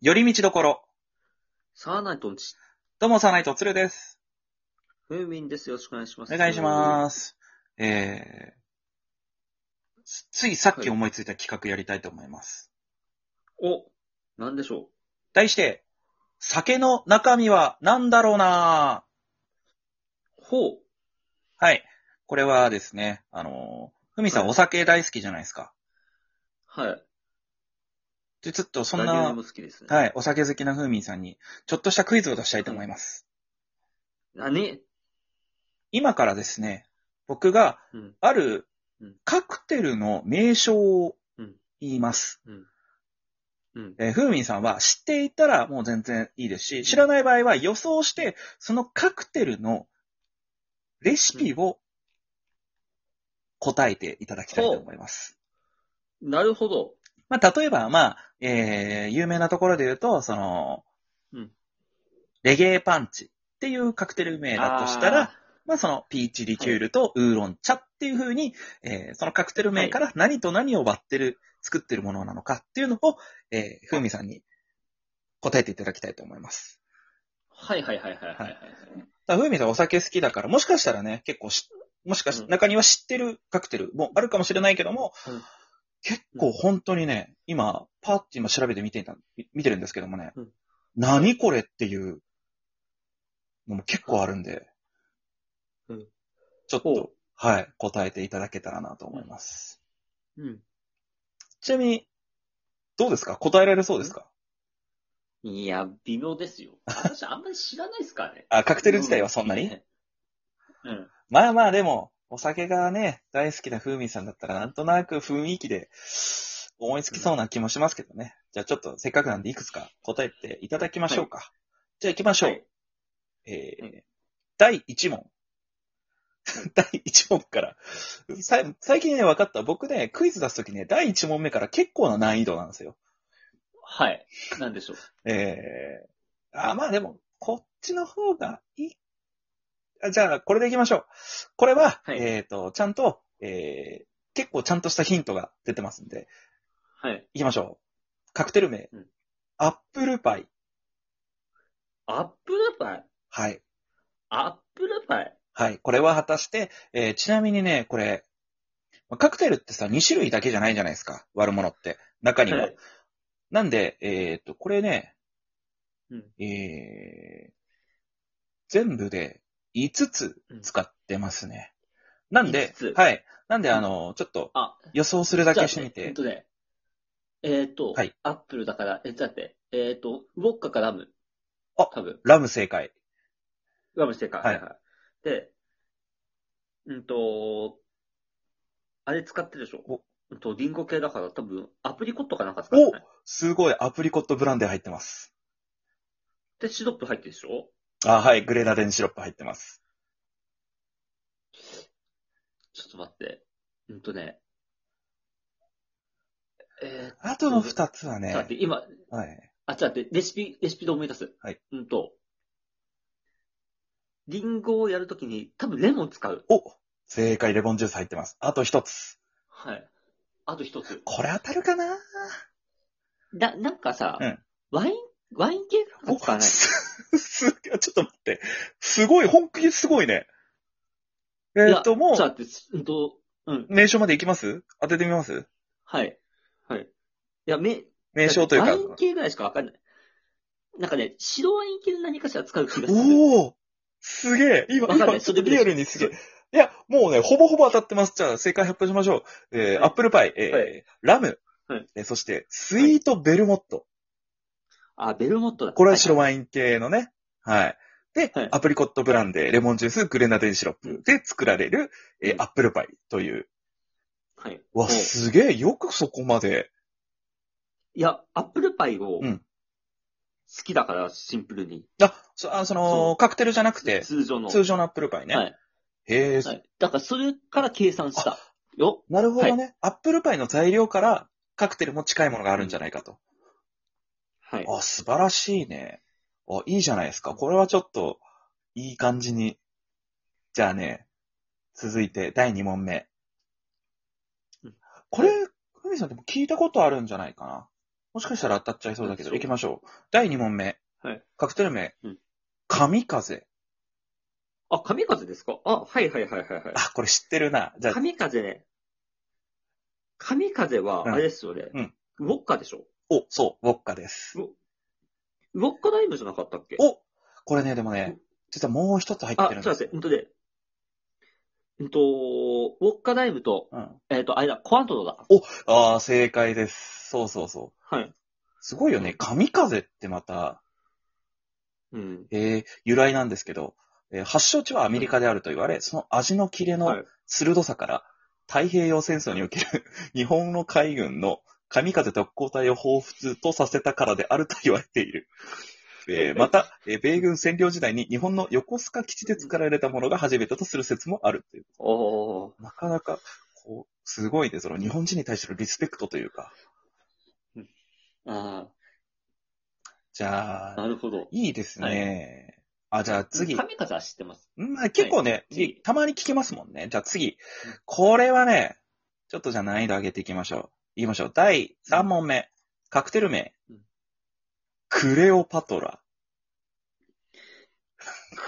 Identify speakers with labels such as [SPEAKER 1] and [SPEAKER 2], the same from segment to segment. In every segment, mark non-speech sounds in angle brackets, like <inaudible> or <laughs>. [SPEAKER 1] 寄り道どころ。
[SPEAKER 2] サーナイトンチ、
[SPEAKER 1] どうも、サーナイト、つるです。
[SPEAKER 2] ふうみんです。よろしくお願いしま
[SPEAKER 1] お
[SPEAKER 2] す。
[SPEAKER 1] 願いします。えー、つついさっき思いついた企画やりたいと思います。
[SPEAKER 2] す。お、なんでしょ
[SPEAKER 1] 題して、酒の中身は何だろうな
[SPEAKER 2] う。ほう。
[SPEAKER 1] はい。これはですね、あのー、ふみさん、
[SPEAKER 2] はい
[SPEAKER 1] お酒大好きじゃないですか。
[SPEAKER 2] はい。
[SPEAKER 1] で、ちょっとそん
[SPEAKER 2] ラディオネ
[SPEAKER 1] な、
[SPEAKER 2] も好きですね。
[SPEAKER 1] はい、お酒好きなふみさんに、ちょっとしたクイズを出したいと思います。
[SPEAKER 2] 何
[SPEAKER 1] 今からですね、僕が
[SPEAKER 2] うん。
[SPEAKER 1] ある
[SPEAKER 2] うん
[SPEAKER 1] カクテルの名称を
[SPEAKER 2] うん
[SPEAKER 1] 言います。
[SPEAKER 2] うん。
[SPEAKER 1] えー、ふうみんさんは知っていたらもう全然いいですし、知らない場合は予想して、そのカクテルのレシピを答えていただきたいと思います。
[SPEAKER 2] なるほど。
[SPEAKER 1] まあ、例えば、まあ、えー、有名なところで言うと、その、
[SPEAKER 2] うん
[SPEAKER 1] レゲエパンチっていうカクテル名だとしたら、まあ、そのピーチリキュールとウーロン茶っていう風に、えーそのカクテル名から何と何を割ってる、作ってるものなのかっていうのを、えー、ふうみさんに答えていただきたいと思います。
[SPEAKER 2] あー、はいはいはいはいはいはい。
[SPEAKER 1] だからふうみさんお酒好きだから、もしかしたらね、結構し、もしかし
[SPEAKER 2] うん
[SPEAKER 1] 中には知ってるカクテルもあるかもしれないけども、
[SPEAKER 2] うん
[SPEAKER 1] 結構本当にね、今、パーって今調べて見てた、見てるんですけどもね、
[SPEAKER 2] うん
[SPEAKER 1] 何これっていうのも結構あるんで、
[SPEAKER 2] うん
[SPEAKER 1] ちょっ
[SPEAKER 2] ほ
[SPEAKER 1] と、はい、答えていただけたらなと思います。
[SPEAKER 2] う。うん。
[SPEAKER 1] ちなみに、どうですか答えられそうですか。
[SPEAKER 2] いや、微妙ですよ。私あんまり知らないですからね
[SPEAKER 1] あ、 <laughs> カクテル自体はそんなに、
[SPEAKER 2] うん。
[SPEAKER 1] まあまあでも、お酒がね、大好きな風味さんだったら、なんとなく雰囲気で、思いつきそうな気もしますけどね。じゃあちょっと、せっかくなんでいくつか答えていただきましょうか。じゃあ行きましょう。
[SPEAKER 2] はい
[SPEAKER 1] えー
[SPEAKER 2] うん
[SPEAKER 1] 第1問。 <laughs> 第1問から。さ最近ね、分かった。僕ね、クイズ出すときね、第1問目から結構な難易度なんですよ。
[SPEAKER 2] はい。なんでしょう。
[SPEAKER 1] えー、あ、まあでも、こっちの方がいい。あじゃあ、これでいきましょう。これは、
[SPEAKER 2] はい
[SPEAKER 1] えっ、と、ちゃんと、えー、結構ちゃんとしたヒントが出てますんで、
[SPEAKER 2] はい。
[SPEAKER 1] いきましょう。カクテル名、
[SPEAKER 2] うん
[SPEAKER 1] アップルパイ。
[SPEAKER 2] アップルパイ
[SPEAKER 1] はい。
[SPEAKER 2] アップルパイ
[SPEAKER 1] はい。これは果たして、えー、ちなみにね、これ、まあカクテルってさ、2種類だけじゃないじゃないですか。悪者って。中には。
[SPEAKER 2] はい
[SPEAKER 1] なんで、えっ、と、これね、
[SPEAKER 2] うん
[SPEAKER 1] えー、全部で5つ使ってますね。なんで
[SPEAKER 2] 5つ、
[SPEAKER 1] はい。なんで、あの、ちょっと
[SPEAKER 2] あ、
[SPEAKER 1] 予想するだけしてみ
[SPEAKER 2] じゃあえ
[SPEAKER 1] て
[SPEAKER 2] っ、とね。えっ、と、
[SPEAKER 1] はい
[SPEAKER 2] アップルだから、え、ちょっと待って、えっ、と、ウォッカかラム。
[SPEAKER 1] あ
[SPEAKER 2] 多分。
[SPEAKER 1] ラム正解。
[SPEAKER 2] ラムしてか。
[SPEAKER 1] はい
[SPEAKER 2] い。で、うんと、あれ使ってるでしょ
[SPEAKER 1] お
[SPEAKER 2] うんと、リンゴ系だから多分、アプリコットかなんか使って
[SPEAKER 1] お
[SPEAKER 2] ない
[SPEAKER 1] すごい、アプリコットブランデー入ってます。
[SPEAKER 2] で、シロップ入ってるでしょ
[SPEAKER 1] あ、はい、グレナデンシロップ入ってます。
[SPEAKER 2] ちょっと待って。うんとね。えー、
[SPEAKER 1] あとの2つは
[SPEAKER 2] ちょっと待
[SPEAKER 1] ね
[SPEAKER 2] っ、て、今、
[SPEAKER 1] はい。
[SPEAKER 2] あ、ちょっと待って、レシピ、レシピで思い出す。
[SPEAKER 1] はい。
[SPEAKER 2] うんと、リンゴをやるときに、多分レモン使う。
[SPEAKER 1] お正解、レモンジュース入ってます。あと1つ。
[SPEAKER 2] はい。あと一つ。
[SPEAKER 1] これ当たるかな
[SPEAKER 2] な、なんかさ、
[SPEAKER 1] うん
[SPEAKER 2] ワイン、ワイン系なんか使わない。
[SPEAKER 1] す、す、ちょっと待って。すごい、本気ですごいね。え
[SPEAKER 2] い
[SPEAKER 1] ー
[SPEAKER 2] や
[SPEAKER 1] っと、も
[SPEAKER 2] ちょ
[SPEAKER 1] う、
[SPEAKER 2] っと待って、うんと、うん、
[SPEAKER 1] 名称までいきます当ててみます
[SPEAKER 2] はい。はい。いや、め、
[SPEAKER 1] 名称というか
[SPEAKER 2] ワイ。ン系ぐらいしかわかんない。なんかね、白ワイン系の何かしら使う気がする。
[SPEAKER 1] おおすげえ今、
[SPEAKER 2] わかんな
[SPEAKER 1] 今、
[SPEAKER 2] い
[SPEAKER 1] ちょ
[SPEAKER 2] そ
[SPEAKER 1] っと
[SPEAKER 2] れ
[SPEAKER 1] リアルにすげえ。いや、もうね、ほぼほぼ当たってます。じゃあ、正解発表しましょう。えー
[SPEAKER 2] はい
[SPEAKER 1] アップルパイ、えー
[SPEAKER 2] はい
[SPEAKER 1] ラム、
[SPEAKER 2] はい
[SPEAKER 1] えーそして、スイートベルモット。
[SPEAKER 2] あ、ベルモットだ。
[SPEAKER 1] これは白
[SPEAKER 2] イ
[SPEAKER 1] ワイン系のね。はい。で、
[SPEAKER 2] はい
[SPEAKER 1] アプリコットブランデー、レモンジュース、グレナデンシロップで作られる、えー
[SPEAKER 2] うん
[SPEAKER 1] アップルパイという。
[SPEAKER 2] ン。はい。
[SPEAKER 1] わ、
[SPEAKER 2] もう
[SPEAKER 1] すげえ、よくそこまで。
[SPEAKER 2] いや、アップルパイを、
[SPEAKER 1] うん
[SPEAKER 2] 好きだから、シンプルに。
[SPEAKER 1] あ、そあその
[SPEAKER 2] そう
[SPEAKER 1] カクテルじゃなくて、
[SPEAKER 2] 通常の。
[SPEAKER 1] 通常のアップルパイね。
[SPEAKER 2] はい。
[SPEAKER 1] へえ、
[SPEAKER 2] はい。だから、それから計算した。よ。
[SPEAKER 1] なるほどね、アップルパイの材料から、カクテルも近いものがあるんじゃないかと。
[SPEAKER 2] はい。
[SPEAKER 1] あ、素晴らしいね。あ、いいじゃないですか。これはちょっと、いい感じに。じゃあね、続いて第2問目
[SPEAKER 2] うん。
[SPEAKER 1] これ、ふみさんでも聞いたことあるんじゃないかな。もしかしたら当たっちゃいそうだけど、
[SPEAKER 2] そう
[SPEAKER 1] 行きましょう。第2問目。
[SPEAKER 2] はい
[SPEAKER 1] カクテル名。
[SPEAKER 2] うん
[SPEAKER 1] 神風。
[SPEAKER 2] あ、神風ですかあ、はいはいはいはいはい。
[SPEAKER 1] あ、これ知ってるな。じゃあ、
[SPEAKER 2] 神風ね。神風は、
[SPEAKER 1] うん
[SPEAKER 2] あれですよね。
[SPEAKER 1] うん
[SPEAKER 2] ウォッカでしょ
[SPEAKER 1] お、そう、ウォッカです。
[SPEAKER 2] ウォッカライムじゃなかったっけ
[SPEAKER 1] おこれね、でもね、実はもう一つ入っ
[SPEAKER 2] あ、
[SPEAKER 1] て
[SPEAKER 2] ちょ
[SPEAKER 1] るんで
[SPEAKER 2] っと待
[SPEAKER 1] す。
[SPEAKER 2] って、ほんとで。うんと、ウォッカライムと、
[SPEAKER 1] うん。
[SPEAKER 2] えっ、と、あれだ、コアントロだ。
[SPEAKER 1] ああ、正解です。そうそうそう。
[SPEAKER 2] はい。
[SPEAKER 1] すごいよね。神風ってまた、
[SPEAKER 2] うん。
[SPEAKER 1] えー、由来なんですけど、えー発祥地はアメリカであると言われ、その味の切れの
[SPEAKER 2] はい
[SPEAKER 1] 鋭さから、太平洋戦争における <laughs> 日本の海軍の神風特攻隊を彷彿とさせたからであると言われている。えーまた、えー米軍占領時代に日 <laughs> 本の横須賀基地で作られたものが初めてとする説もあるという。
[SPEAKER 2] おー。
[SPEAKER 1] なかなか、こう、すごいね、その日本人に対するリスペクトというか。
[SPEAKER 2] あ
[SPEAKER 1] じゃ
[SPEAKER 2] あ、
[SPEAKER 1] あ、
[SPEAKER 2] なるほど。
[SPEAKER 1] いいですね。あ、じゃあ次。
[SPEAKER 2] 神風は知ってます。
[SPEAKER 1] うんまあ、結構ね、
[SPEAKER 2] 次
[SPEAKER 1] たまに聞けますもんね。じゃあ次。これはね、ちょっとじゃあ難易度上げていきましょう。いきましょう。第3問目。カクテル名
[SPEAKER 2] うん。
[SPEAKER 1] クレオパトラ。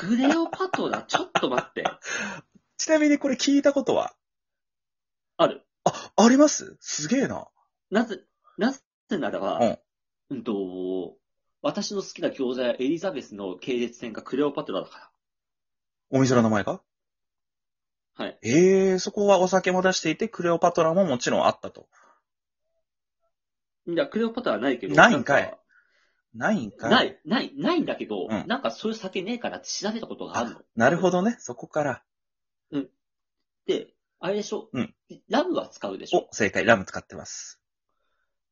[SPEAKER 2] クレオパトラ、ちょっと待って。
[SPEAKER 1] ちなみにこれ聞いたことは
[SPEAKER 2] ある。
[SPEAKER 1] あ、ありますすげえな。
[SPEAKER 2] なぜ、なぜならば、
[SPEAKER 1] うん
[SPEAKER 2] うんと、私の好きな教材エリザベスの系列戦がクレオパトラだか
[SPEAKER 1] お店の名前が
[SPEAKER 2] ら。はい。
[SPEAKER 1] ええそこはお酒も出していて、クレオパトラももちろんあったと。
[SPEAKER 2] いや、クレオパトラはないけど。
[SPEAKER 1] ないんかい
[SPEAKER 2] なか
[SPEAKER 1] ないんか。
[SPEAKER 2] ないい、ない、ないんだけど、
[SPEAKER 1] うん
[SPEAKER 2] なんかそういう酒ねえからって調べたことがあるの。
[SPEAKER 1] なるほどね。そこから。
[SPEAKER 2] で、あれでしょ、
[SPEAKER 1] うん
[SPEAKER 2] ラムは使うでし
[SPEAKER 1] お
[SPEAKER 2] ょ、
[SPEAKER 1] 正解。ラム使ってます。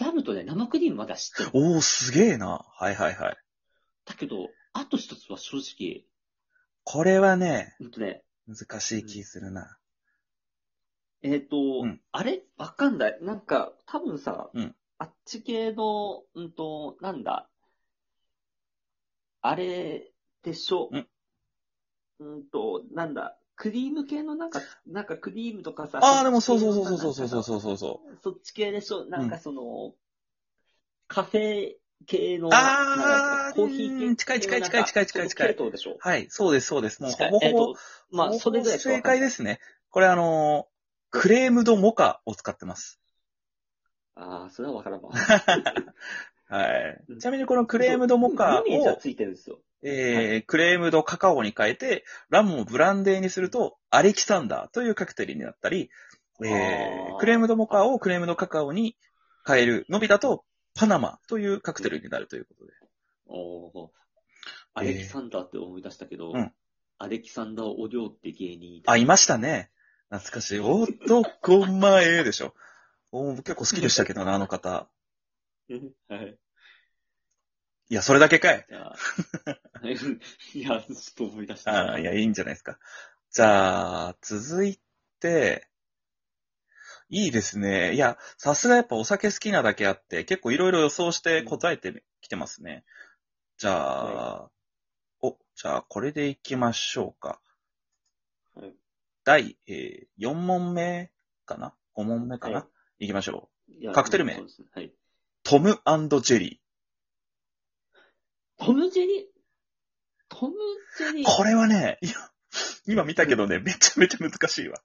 [SPEAKER 2] ラムとね、生クリームまだ知ってる。
[SPEAKER 1] おー、すげえな。はいはいはい。
[SPEAKER 2] だけど、あと一つは正直、
[SPEAKER 1] これはね、
[SPEAKER 2] うんとね、
[SPEAKER 1] 難しい気するな。
[SPEAKER 2] えっ、と、
[SPEAKER 1] うん
[SPEAKER 2] あれわかんない。なんか、多分さ、
[SPEAKER 1] うん
[SPEAKER 2] あっち系の、うんと、なんだ、あれでしょ
[SPEAKER 1] うん
[SPEAKER 2] うんと、なんだ、クリーム系のなんか、なんかクリームとかさ。
[SPEAKER 1] ああ、でも
[SPEAKER 2] そ
[SPEAKER 1] そ
[SPEAKER 2] っ
[SPEAKER 1] う
[SPEAKER 2] ち
[SPEAKER 1] そう
[SPEAKER 2] 系の
[SPEAKER 1] そうそうそうそうそ
[SPEAKER 2] う。
[SPEAKER 1] うそうそ
[SPEAKER 2] そっち系でしょなんかその、カフェ系の、
[SPEAKER 1] あー
[SPEAKER 2] なんかコーヒー系
[SPEAKER 1] うん近い近い近い近い近い近い
[SPEAKER 2] 系統でしょ
[SPEAKER 1] う。はい、そうです、そうです。もう
[SPEAKER 2] 近い
[SPEAKER 1] ほぼ
[SPEAKER 2] え
[SPEAKER 1] ほ
[SPEAKER 2] っ
[SPEAKER 1] ぼ
[SPEAKER 2] と、、まあ、それぐらいしかわ
[SPEAKER 1] 正
[SPEAKER 2] かんな
[SPEAKER 1] 解
[SPEAKER 2] い
[SPEAKER 1] ですね。これあのークレームドモカを使ってます。
[SPEAKER 2] ああ、それはわからんわ。
[SPEAKER 1] はい。ちなみにこのクレームドモカを
[SPEAKER 2] そうイメージは、ついてるんですよ。
[SPEAKER 1] えー、クレームドカカオに変えて、ラムをブランデーにすると、アレキサンダーというカクテルになったり、え
[SPEAKER 2] あ
[SPEAKER 1] ー、
[SPEAKER 2] ー
[SPEAKER 1] クレームドモカをクレームドカカオに変えるのみだと、パナマというカクテルになるということで。
[SPEAKER 2] おーアレキサンダーって思い出したけど、
[SPEAKER 1] うん
[SPEAKER 2] アレキサンダーおりょうって芸人いた
[SPEAKER 1] あ、いましたね。懐かしい。男前でしょ。お結構好きでしたけどな、あの方。
[SPEAKER 2] <laughs> はい。
[SPEAKER 1] いや、それだけかい。
[SPEAKER 2] じゃあ、 <laughs> いや、ちょっと思い出した。
[SPEAKER 1] ああ、いや、いいんじゃないですか。じゃあ、続いて、いいですね。いや、さすがやっぱお酒好きなだけあって、結構いろいろ予想して答えてきてますね。じゃあ、お、じゃあ、これでいきましょうか。
[SPEAKER 2] はい
[SPEAKER 1] 第、え4問目かな ?5 問目かな、、
[SPEAKER 2] はい
[SPEAKER 1] きましょう。
[SPEAKER 2] いや
[SPEAKER 1] カクテル名
[SPEAKER 2] そうですねはい。
[SPEAKER 1] トムジェリー。
[SPEAKER 2] トム・ジェリー、トム・ジェリー、
[SPEAKER 1] これはね、いや今見たけどね、めちゃめちゃ難しいわ。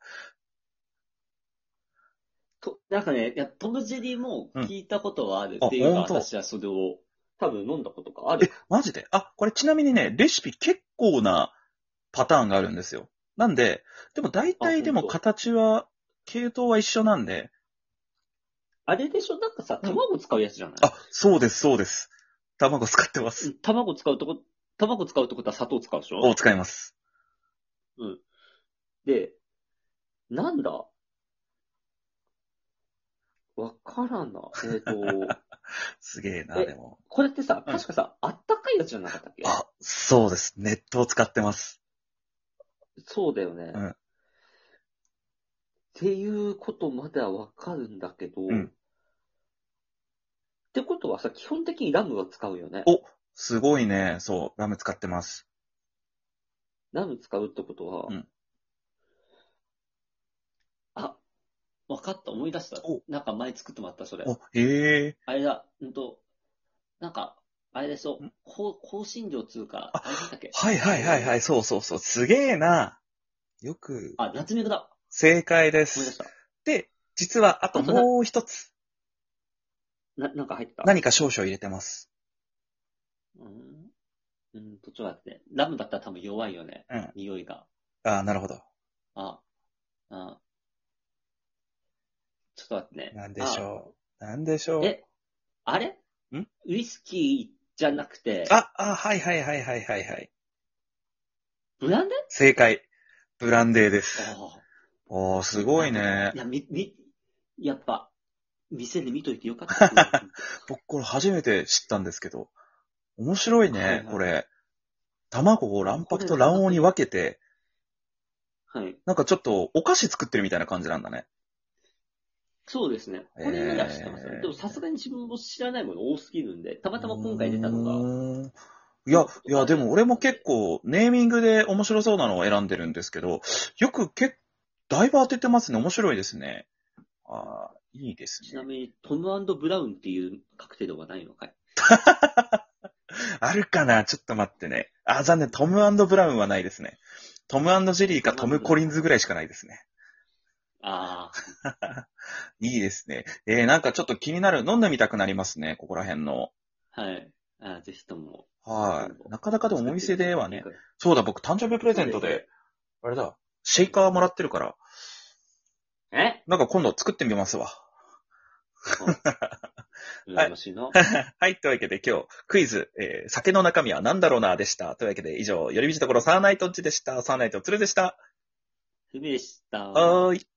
[SPEAKER 2] となんかね、いや、トム・ジェリーも聞いたことはあるっていう
[SPEAKER 1] うんあ
[SPEAKER 2] か、
[SPEAKER 1] 本当
[SPEAKER 2] 私はそれを多分飲んだことがあ
[SPEAKER 1] え
[SPEAKER 2] る。、
[SPEAKER 1] マジであ、これちなみにね、レシピ結構なパターンがあるんですよ。なんで、でも大体で
[SPEAKER 2] あ
[SPEAKER 1] も
[SPEAKER 2] 本当
[SPEAKER 1] 形は、系統は一緒なんで、
[SPEAKER 2] あれでしょなんかさ、卵使うやつじゃない、
[SPEAKER 1] あ、そうです、そうです。卵使ってま
[SPEAKER 2] う
[SPEAKER 1] す。
[SPEAKER 2] ん卵使うとこ、卵使うってことは砂糖使うでしょ
[SPEAKER 1] を使います。
[SPEAKER 2] で、なんだわからんな。え
[SPEAKER 1] <laughs>
[SPEAKER 2] っ、と、
[SPEAKER 1] すげえな、
[SPEAKER 2] え
[SPEAKER 1] でも。
[SPEAKER 2] これってさ、
[SPEAKER 1] うん
[SPEAKER 2] 確かさ、あったかいやつじゃなかったっけ
[SPEAKER 1] あ、そうです。ネットを使ってます。
[SPEAKER 2] そうだよね。
[SPEAKER 1] うん
[SPEAKER 2] っていうことまではわかるんだけど、
[SPEAKER 1] うん
[SPEAKER 2] ってことはさ、基本的にラムは使うよね。
[SPEAKER 1] おすごいね。そう、ラム使ってます。
[SPEAKER 2] ラム使うってことは、
[SPEAKER 1] うん
[SPEAKER 2] あ、わかった、思い出した
[SPEAKER 1] お。
[SPEAKER 2] なんか前作ってもらった、それ。
[SPEAKER 1] お、へえ。
[SPEAKER 2] あれだ、うんと、なんか、あれでしょ
[SPEAKER 1] ん、
[SPEAKER 2] 香香辛料つうか、
[SPEAKER 1] あ
[SPEAKER 2] あれなんだっけ
[SPEAKER 1] はいはいはいはい、そうそうそう。すげえな。よく、
[SPEAKER 2] あ、ナツメグだ。
[SPEAKER 1] 正解で
[SPEAKER 2] 思い出し
[SPEAKER 1] す。
[SPEAKER 2] た。
[SPEAKER 1] で、実はあと
[SPEAKER 2] あそれ
[SPEAKER 1] もう一つ、
[SPEAKER 2] な、なんか入った。
[SPEAKER 1] 何か少々入れてます。
[SPEAKER 2] うん。うんと、ちょっと待って。ラムだったら多分弱いよね。
[SPEAKER 1] うん
[SPEAKER 2] 匂いが。
[SPEAKER 1] ああ、なるほど。
[SPEAKER 2] あ、あ。ちょっと待ってね。
[SPEAKER 1] なんでしょう。なんでしょ
[SPEAKER 2] あ
[SPEAKER 1] う。
[SPEAKER 2] え、あれ
[SPEAKER 1] ん
[SPEAKER 2] ウイスキーじゃなくて、
[SPEAKER 1] あ、あ、はいはいはいはいはいはい。
[SPEAKER 2] ブランデー
[SPEAKER 1] 正解。ブランデーです。
[SPEAKER 2] ああ
[SPEAKER 1] おー、すごいね
[SPEAKER 2] い。や、み、み、やっぱ、店で見といてよかった。
[SPEAKER 1] <laughs> 僕これ初めて知ったんですけど、面白い
[SPEAKER 2] はいは
[SPEAKER 1] ね
[SPEAKER 2] い、
[SPEAKER 1] これ。卵を卵白と卵黄に分けて、
[SPEAKER 2] はい。
[SPEAKER 1] なんかちょっとお菓子作ってるみたいな感じなんだね。
[SPEAKER 2] そうですね。これまでは知ってますね。でもさすがに自分も知らないもの多すぎるんで、たまたま今回出たの
[SPEAKER 1] う
[SPEAKER 2] が、
[SPEAKER 1] ーんいや、いや、でも俺も結構ネーミングで面白そうなのを選んでるんですけど、よく結だいぶ当ててますね。面白いですね。ああ、いいです
[SPEAKER 2] ちな
[SPEAKER 1] ね。
[SPEAKER 2] みにトムブラウンっていうカクテルはないのかい
[SPEAKER 1] あるかなちょっと待ってね。あ、残念。トムブラウンはないですね。トムジェリーかトム・コリンズぐらいしかないですね。
[SPEAKER 2] ああ、
[SPEAKER 1] いいですね。えー、なんかちょっと気になる。飲んでみたくなりますね。ここら辺の。
[SPEAKER 2] はい。あーぜひとも。
[SPEAKER 1] はい。なかなかでもお店ではね
[SPEAKER 2] 作。ってみてください。
[SPEAKER 1] そうだ、僕誕生日プレゼント
[SPEAKER 2] そうです
[SPEAKER 1] で、あれだ、シェイカーもらってるから、
[SPEAKER 2] え
[SPEAKER 1] なんか今度作ってみますわ。
[SPEAKER 2] 羨ましいな。
[SPEAKER 1] <laughs> はい。というわけで今日、クイズ、えー酒の中身は何だろうなでした。というわけで以上、寄り道ところサーナイトンチでした。サーナイトツルでした。
[SPEAKER 2] ふみでした。
[SPEAKER 1] はーい。